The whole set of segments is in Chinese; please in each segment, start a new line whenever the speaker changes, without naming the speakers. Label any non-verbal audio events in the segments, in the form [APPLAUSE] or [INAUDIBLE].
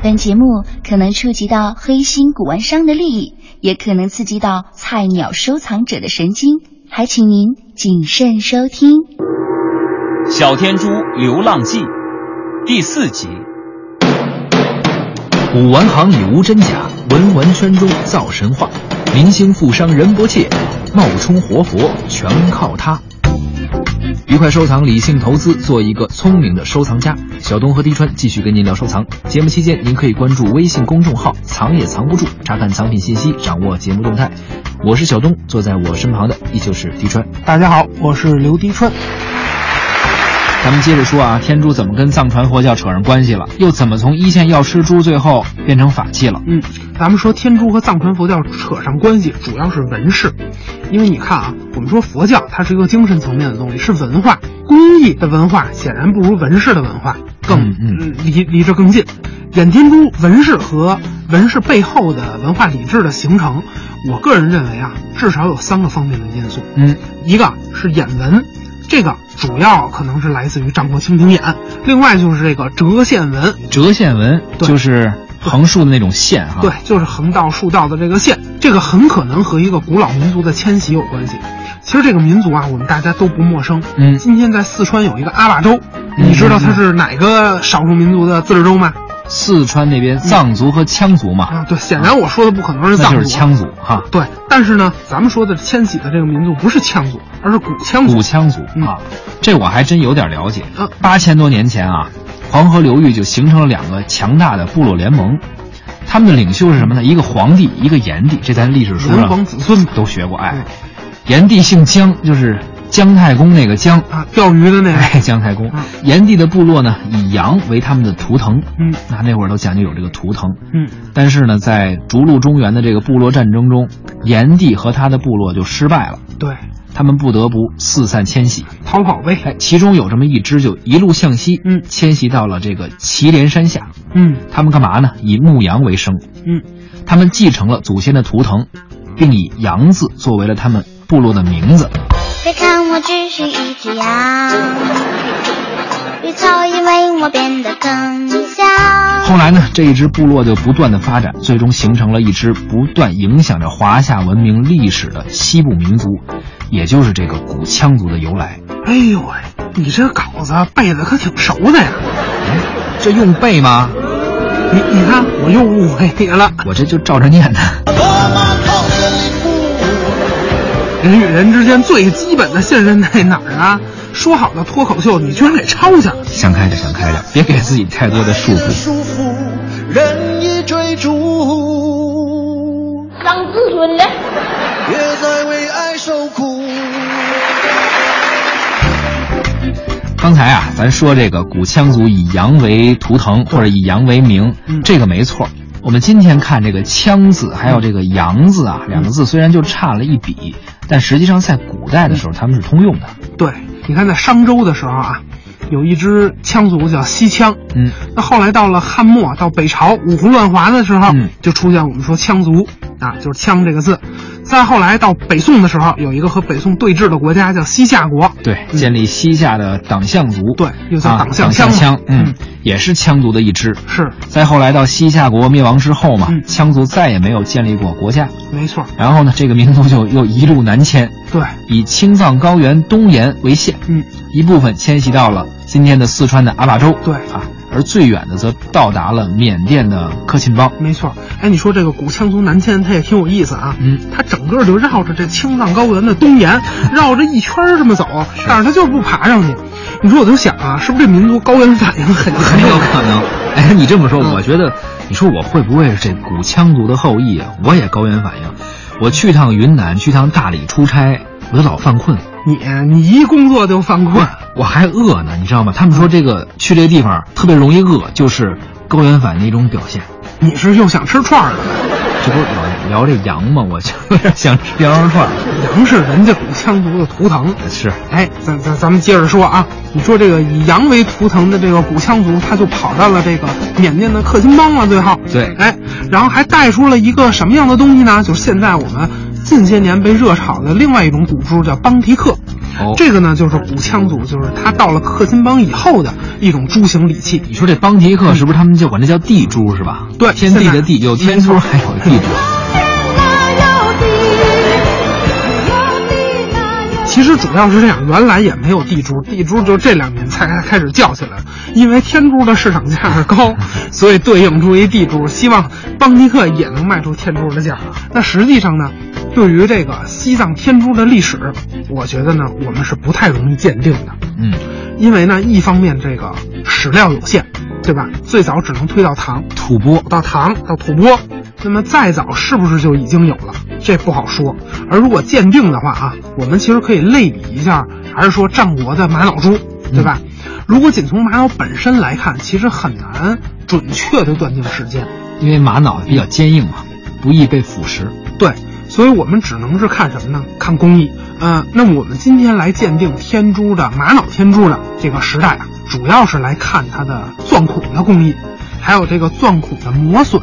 本节目可能触及到黑心古玩商的利益，也可能刺激到菜鸟收藏者的神经，还请您谨慎收听。
小天珠流浪记第四集。
古玩行以无真假，文玩圈中造神话，明星富商人不切，冒充活佛全靠他。愉快收藏，理性投资，做一个聪明的收藏家。小东和滴川继续跟您聊收藏。节目期间，您可以关注微信公众号“藏也藏不住”，查看藏品信息，掌握节目动态。我是小东，坐在我身旁的依旧是滴川。
大家好，我是刘滴川。
咱们接着说啊，天珠怎么跟藏传佛教扯上关系了？又怎么从一线药师珠最后变成法器了？
嗯，咱们说天珠和藏传佛教扯上关系，主要是纹饰，因为你看啊，我们说佛教它是一个精神层面的东西，是文化，工艺的文化显然不如纹饰的文化更、
嗯
离离这更近。眼天珠纹饰和纹饰背后的文化理智的形成，我个人认为啊，至少有三个方面的因素。
嗯，
一个是眼纹，这个主要可能是来自于战国蜻蜓眼；另外就是这个折线纹，
折线纹
对
就是横竖的那种线哈。
对，，就是横道竖道的这个线，这个很可能和一个古老民族的迁徙有关系。其实这个民族啊，我们大家都不陌生。
嗯
今天在四川有一个阿坝州，
嗯
你知道它是哪个少数民族的自治州吗？
四川那边藏族和羌族嘛，
啊，对，显然我说的不可能
那
是藏
就
族
是
啊，
羌族哈，
对，但是呢，咱们说的迁徙的这个民族不是羌族，而是古羌
[LAUGHS]
族
古。羌族
嗯
啊。这我还真有点了解
啊。
八千多年前啊，黄河流域就形成了两个强大的部落联盟，他们的领袖是什么呢？一个皇帝，一个炎帝，这咱历史书
炎
上
黄嗯子孙
都学过。哎
嗯，
炎帝姓姜，就是姜太公那个姜。
啊，钓鱼的那
[LAUGHS]
个，
哎，姜太公
嗯，
炎帝的部落呢，以羊为他们的图腾，
嗯
那那会儿都讲究有这个图腾，
嗯，
但是呢，在逐鹿中原的这个部落战争中，炎帝和他的部落就失败了，
对，
他们不得不四散迁徙。
逃跑呗。
哎，其中有这么一支就一路向西，
嗯
迁徙到了这个祁连山下。
嗯
他们干嘛呢？以牧羊为生，
嗯，
他们继承了祖先的图腾，并以羊字作为了他们部落的名字。
别看我只是一只羊，绿草因为我变得更香。
后来呢，这一支部落就不断的发展，最终形成了一支不断影响着华夏文明历史的西部民族，也就是这个古羌族的由来。
哎呦喂，你这稿子背的可挺熟的呀！
哎，这用背吗？
你你看，我又误会你了。
我这就照着念的。
人与人之间最基本的信任在哪儿啊？说好的脱口秀，你居然给抄下了。
想开点，想开点，别给自己太多的束缚。
束缚，任意追逐，
长自尊了。
别再为爱受苦。
刚才啊，咱说这个古羌族以羊为图腾或者以羊为名，
嗯
这个没错。我们今天看这个“羌”字，还有这个“羊”字啊，两个字虽然
嗯
就差了一笔，但实际上在古代的时候，他们是通用的。
对，你看在商周的时候啊，有一支羌族叫西羌。
嗯，
那后来到了汉末，到北朝五胡乱华的时候，
嗯
就出现我们说羌族啊，就是羌这个字。再后来到北宋的时候，有一个和北宋对峙的国家叫西夏国。
对，
嗯
建立西夏的党项族，
对又叫
啊
党
项
项羌
羌
嘛，
嗯
嗯，
也是羌族的一支。
是，
再后来到西夏国灭亡之后嘛，
嗯
羌族再也没有建立过国家，
没错，
然后呢，这个民族就又一路南迁，
对，
以青藏高原东沿为线，
嗯，
一部分迁徙到了今天的四川的阿坝州，
对
啊，而最远的则到达了缅甸的克钦邦。 [LAUGHS]
没错。哎，你说这个古羌族南迁，它也挺有意思啊。
嗯，
它整个就绕着这青藏高原的
[LAUGHS]
东沿，绕着一圈儿这么走，但是它就是不爬上去。你说我就想啊，是不是这民族高原反应很很
很有
有？
可能。哎，你这么说，
嗯
我觉得，你说我会不会是这古羌族的后裔啊？我也高原反应，我去趟云南，去趟大理出差，我就老犯困，
你你一工作就犯困，
我还饿呢，你知道吗？他们说这个去这个地方特别容易饿，就是高原反应的一种表现。
你是又想吃串儿了吧？
这不是老聊这羊吗？我就有点想吃羊肉串。
羊是人家古羌族的图腾。
是，
哎，咱咱咱们接着说啊，你说这个以羊为图腾的这个古羌族，他就跑到了这个缅甸的克钦邦了，最后，
对
哎，然后还带出了一个什么样的东西呢？就是现在我们近些年被热炒的另外一种古株，叫邦迪克。
哦，
这个呢，就是古羌族，就是他到了克钦邦以后的一种猪形礼器。
你说这邦迪克是不是他们就管这叫地猪是吧？
对
天地的地
现在
有天
没
猪，
错
还有地猪。
其实主要是这样，原来也没有地猪，地猪就这两年才开始叫起来，因为天猪的市场价格高，所以对应出一地猪，希望邦迪克也能卖出天猪的价。那实际上呢，对于这个西藏天猪的历史，我觉得呢，我们是不太容易鉴定的。
嗯，
因为呢，一方面这个史料有限，对吧？最早只能推到唐，
吐蕃
到唐到吐蕃，那么再早是不是就已经有了？这不好说。而如果鉴定的话啊，我们其实可以类比一下，还是说战国的玛瑙珠，对吧？如果仅从玛瑙本身来看，其实很难准确的断定时间。
因为玛瑙比较坚硬嘛，不易被腐蚀。
对，所以我们只能是看什么呢？看工艺。呃，那么我们今天来鉴定天珠的玛瑙天珠的这个时代啊，主要是来看它的钻孔的工艺，还有这个钻孔的磨损，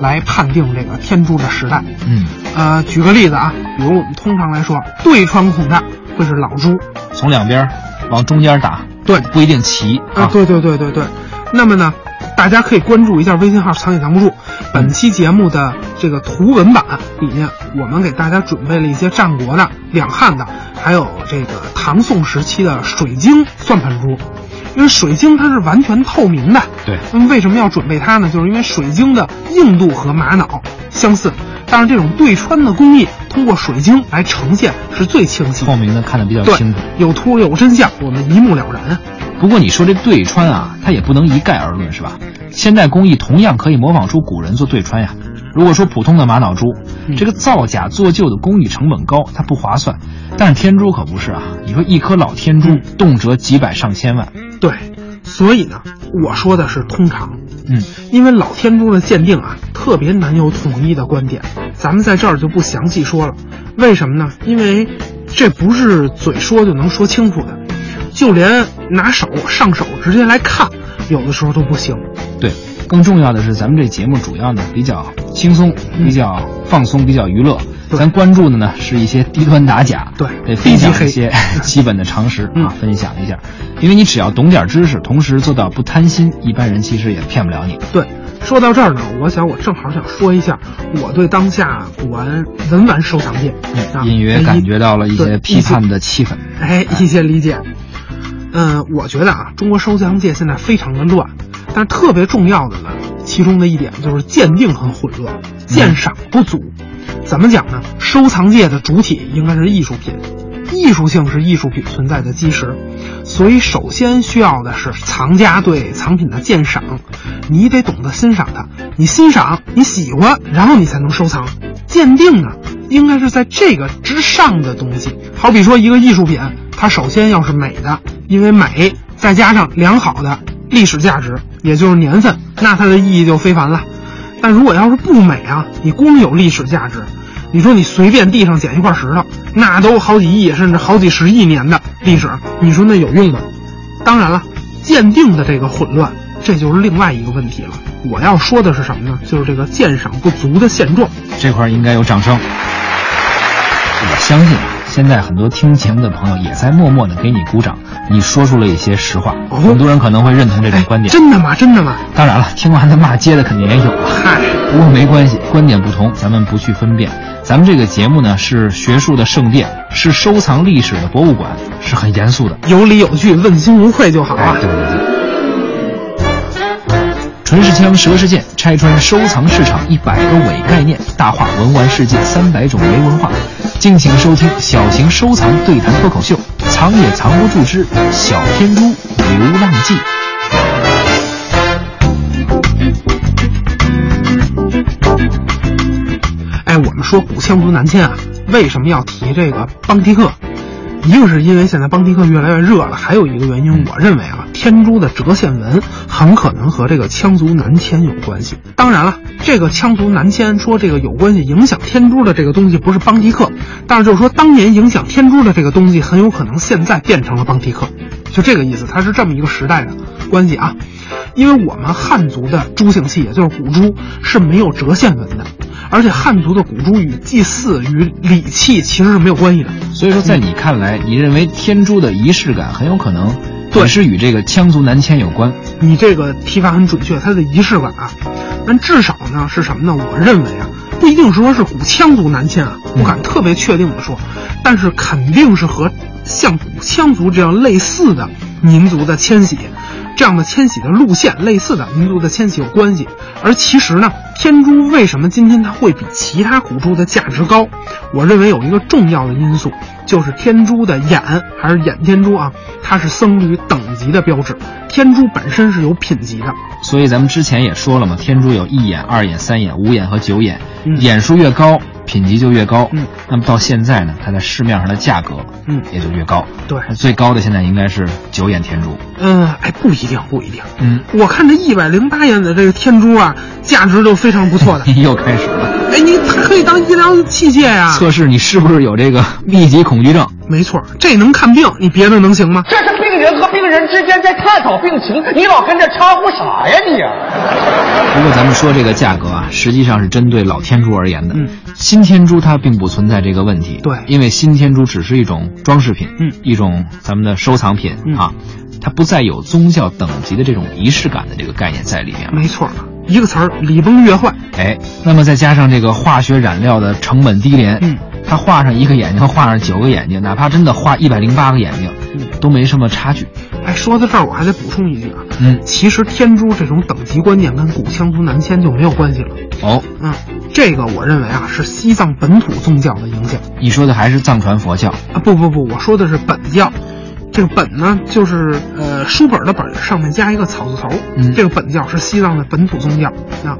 来判定这个天珠的时代。
嗯，
呃，举个例子啊，比如我们通常来说，对穿孔的会是老珠，
从两边儿往中间打，
对
不一定齐
啊，对对对对对。那么呢，大家可以关注一下微信号“藏也藏不住”。
嗯
本期节目的这个图文版里面，我们给大家准备了一些战国的、两汉的，还有这个唐宋时期的水晶算盘珠。因为水晶它是完全透明的，
对
那么为什么要准备它呢？就是因为水晶的硬度和玛瑙相似，但是这种对穿的工艺通过水晶来呈现是最清晰的
透，明的看得比较
对
清楚。，
有图有真相，我们一目了然。
不过你说这对穿啊，它也不能一概而论，是吧？现代工艺同样可以模仿出古人做对穿呀。如果说普通的玛瑙珠，
嗯
这个造假做旧的工艺成本高，它不划算。但是天珠可不是啊，你说一颗老天
嗯
珠动辄几百上千万，
对，所以呢，我说的是通常，
嗯，
因为老天珠的鉴定啊，特别难有统一的观点，咱们在这儿就不详细说了。为什么呢？因为这不是嘴说就能说清楚的，就连拿手上手直接来看，有的时候都不行。
对。更重要的是，咱们这节目主要呢比较轻松，比较放松，比较娱乐。
嗯对
咱关注的呢是一些低端打假，
对
得分享
低级黑
一
[LAUGHS]
些基本的常识
嗯
啊，分享一下。因为你只要懂点知识，同时做到不贪心，一般人其实也骗不了你。
对，说到这儿呢，我想我正好想说一下我对当下古玩文玩收藏界啊
哎隐约
的一
感觉到了一些
对
批判的啊气氛。
哎，一些理解。嗯，我觉得啊，中国收藏界现在非常的乱，但是特别重要的呢，其中的一点就是鉴定很混乱，鉴赏不足。怎么讲呢？收藏界的主体应该是艺术品，艺术性是艺术品存在的基石，所以首先需要的是藏家对藏品的鉴赏，你得懂得欣赏它，你欣赏，你喜欢，然后你才能收藏。鉴定呢，应该是在这个之上的东西。好比说一个艺术品，它首先要是美的，因为美再加上良好的历史价值，也就是年份，那它的意义就非凡了。但如果要是不美啊，你光有历史价值，你说你随便地上捡一块石头，那都好几亿甚至好几十亿年的历史，你说那有用吗？当然了，鉴定的这个混乱，这就是另外一个问题了。我要说的是什么呢？就是这个鉴赏不足的现状。
这块儿应该有掌声。我相信啊，现在很多听节目的朋友也在默默的给你鼓掌。你说出了一些实话，
哦
很多人可能会认同这种观点。
哎真的吗？真的吗？
当然了，听完的骂街的肯定也有啊。
嗨，
不过没关系，观点不同，咱们不去分辨。咱们这个节目呢，是学术的圣殿，是收藏历史的博物馆，是很严肃的。
有理有据，问心无愧就好啊。
哎对对对。纯是枪蛇是剑，拆穿收藏市场一百个伪概念，大话文玩世界三百种没文化。敬请收听小型收藏对谈脱口秀，《藏也藏不住之小天珠流浪记》。
哎，我们说古羌族南迁啊，为什么要提这个邦迪克？一个是因为现在邦迪克越来越热了，还有一个原因，我认为啊，天珠的折线纹很可能和这个羌族南迁有关系。当然了，这个羌族南迁说这个有关系，影响天珠的这个东西不是邦迪克，但是就是说当年影响天珠的这个东西，很有可能现在变成了邦迪克，就这个意思，它是这么一个时代的关系啊。因为我们汉族的朱姓器，也就是古珠，是没有折线纹的，而且汉族的古珠与祭祀与礼器其实是没有关系的。
所以说，在你看来，你认为天珠的仪式感很有可能也是与这个羌族南迁有关。
你这个提法很准确，它的仪式感啊，但至少呢是什么呢？我认为啊，不一定说是古羌族南迁啊，不敢特别确定的说，但是肯定是和像古羌族这样类似的民族的迁徙，这样的迁徙的路线类似的民族的迁徙有关系。而其实呢，天珠为什么今天它会比其他古珠的价值高？我认为有一个重要的因素，就是天珠的眼还是眼天珠啊，它是僧侣等级的标志。天珠本身是有品级的，
所以咱们之前也说了嘛，天珠有一眼、二眼、三眼、五眼和九眼，
嗯
眼数越高，品级就越高。
嗯，
那么到现在呢，它在市面上的价格，
嗯
也就越高。
对
那最高的现在应该是九眼天珠。
嗯，哎，不一定，不一定。
嗯，
我看这一百零八眼的这个天珠啊，价值都非常不错的。
[LAUGHS] 又开始了，
哎，你可以当医疗器械呀、
测试你是不是有这个密集恐惧症。
没错，这能看病，你别的能行吗？
这是病人和病人之间在探讨病情，你老跟这掺和啥呀你？啊
不过咱们说这个价格啊，实际上是针对老天珠而言的。
嗯，
新天珠它并不存在这个问题。
对
因为新天珠只是一种装饰品，
嗯
一种咱们的收藏品、
嗯
啊，它不再有宗教等级的这种仪式感的这个概念在里面了。
没错，一个词儿，礼崩乐坏。
哎，那么再加上这个化学染料的成本低廉，
嗯，
它画上一个眼睛和画上九个眼睛，哪怕真的画一百零八个眼睛，
嗯
都没什么差距。
哎，说到这儿，我还得补充一句啊，
嗯
其实天珠这种等级观念跟古羌族南迁就没有关系了。
哦，
嗯，这个我认为啊是西藏本土宗教的影响。
你说的还是藏传佛教。
啊，不不不，我说的是本教。这个本呢，就是呃书本的本上面加一个草字头。
嗯
这个本教是西藏的本土宗教啊。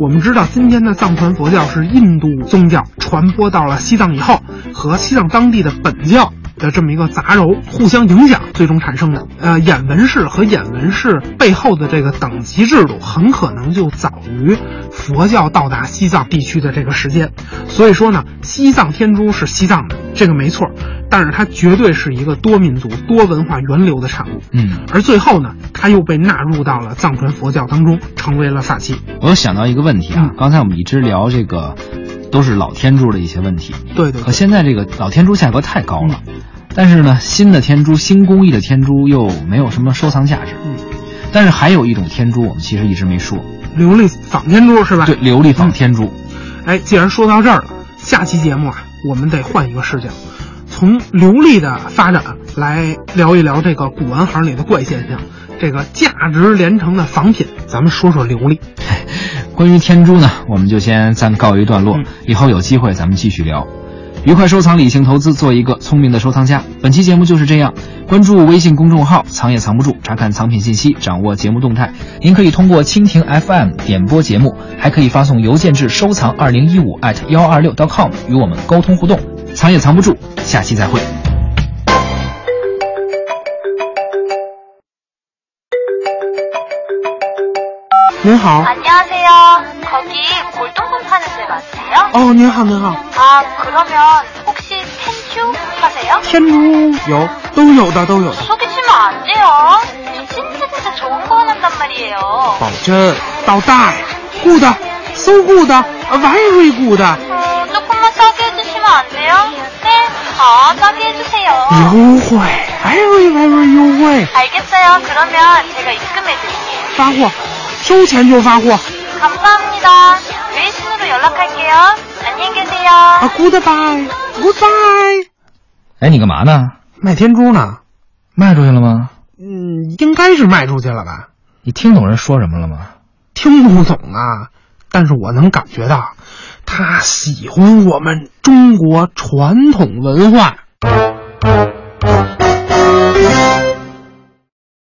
我们知道，今天的藏传佛教是印度宗教传播到了西藏以后，和西藏当地的本教的这么一个杂糅，互相影响，最终产生的。呃，眼纹饰和眼纹饰背后的这个等级制度，很可能就早于佛教到达西藏地区的这个时间。所以说呢，西藏天珠是西藏的，这个没错儿，但是它绝对是一个多民族、多文化源流的产物。
嗯，
而最后呢，它又被纳入到了藏传佛教当中，成为了法器。
我又想到一个问题啊，
嗯
刚才我们一直聊这个都是老天珠的一些问题，
对对嗯
可
对，
现在这个老天珠价格太高了，但是呢，新的天珠、新工艺的天珠又没有什么收藏价值。
嗯，
但是还有一种天珠，我们其实一直没说，
琉璃仿天珠是吧？
对，琉璃仿天珠。
哎，既然说到这儿了，下期节目啊，我们得换一个视角，从流利的发展来聊一聊这个古玩行里的怪现象。这个价值连城的仿品，咱们说说琉璃。
关于天珠呢，我们就先暂告一段落
嗯，
以后有机会咱们继续聊。愉快收藏，理性投资，做一个聪明的收藏家。本期节目就是这样，关注微信公众号“藏也藏不住”，查看藏品信息，掌握节目动态。您可以通过蜻蜓 FM 点播节目，还可以发送邮件至收藏二零一五 at 幺二六 .com 与我们沟通互动。藏也藏不住，下期再会。
您好，
啊 안녕하세요. 거기 골동품 파는 데 맞으세요?
어, 네, 하네요.
아, 그러면 혹시 텐츄 파세요?
天珠有，都有的，都有的，
속이시면 안 돼요. 저 진짜 진짜 좋은 거 하는단 말이에요.
保真到大，good，so good，very good。
어, 조금만 싸게 해주시면 안 돼요? 네, 아, 싸게 해주세요.
优惠，very very 优惠，
알겠어요. 그러면 제가 입금해드릴게요.
发货，收钱就发货啊
감사합니다. 메이신으로 연락할게요. 안녕히 계세요.
啊，goodbye，goodbye。
哎，你干嘛呢？
卖天珠呢？
卖出去了吗？
嗯，应该是卖出去了吧？
你听懂人说什么了吗？
听不懂啊，但是我能感觉到，他喜欢我们中国传统文化。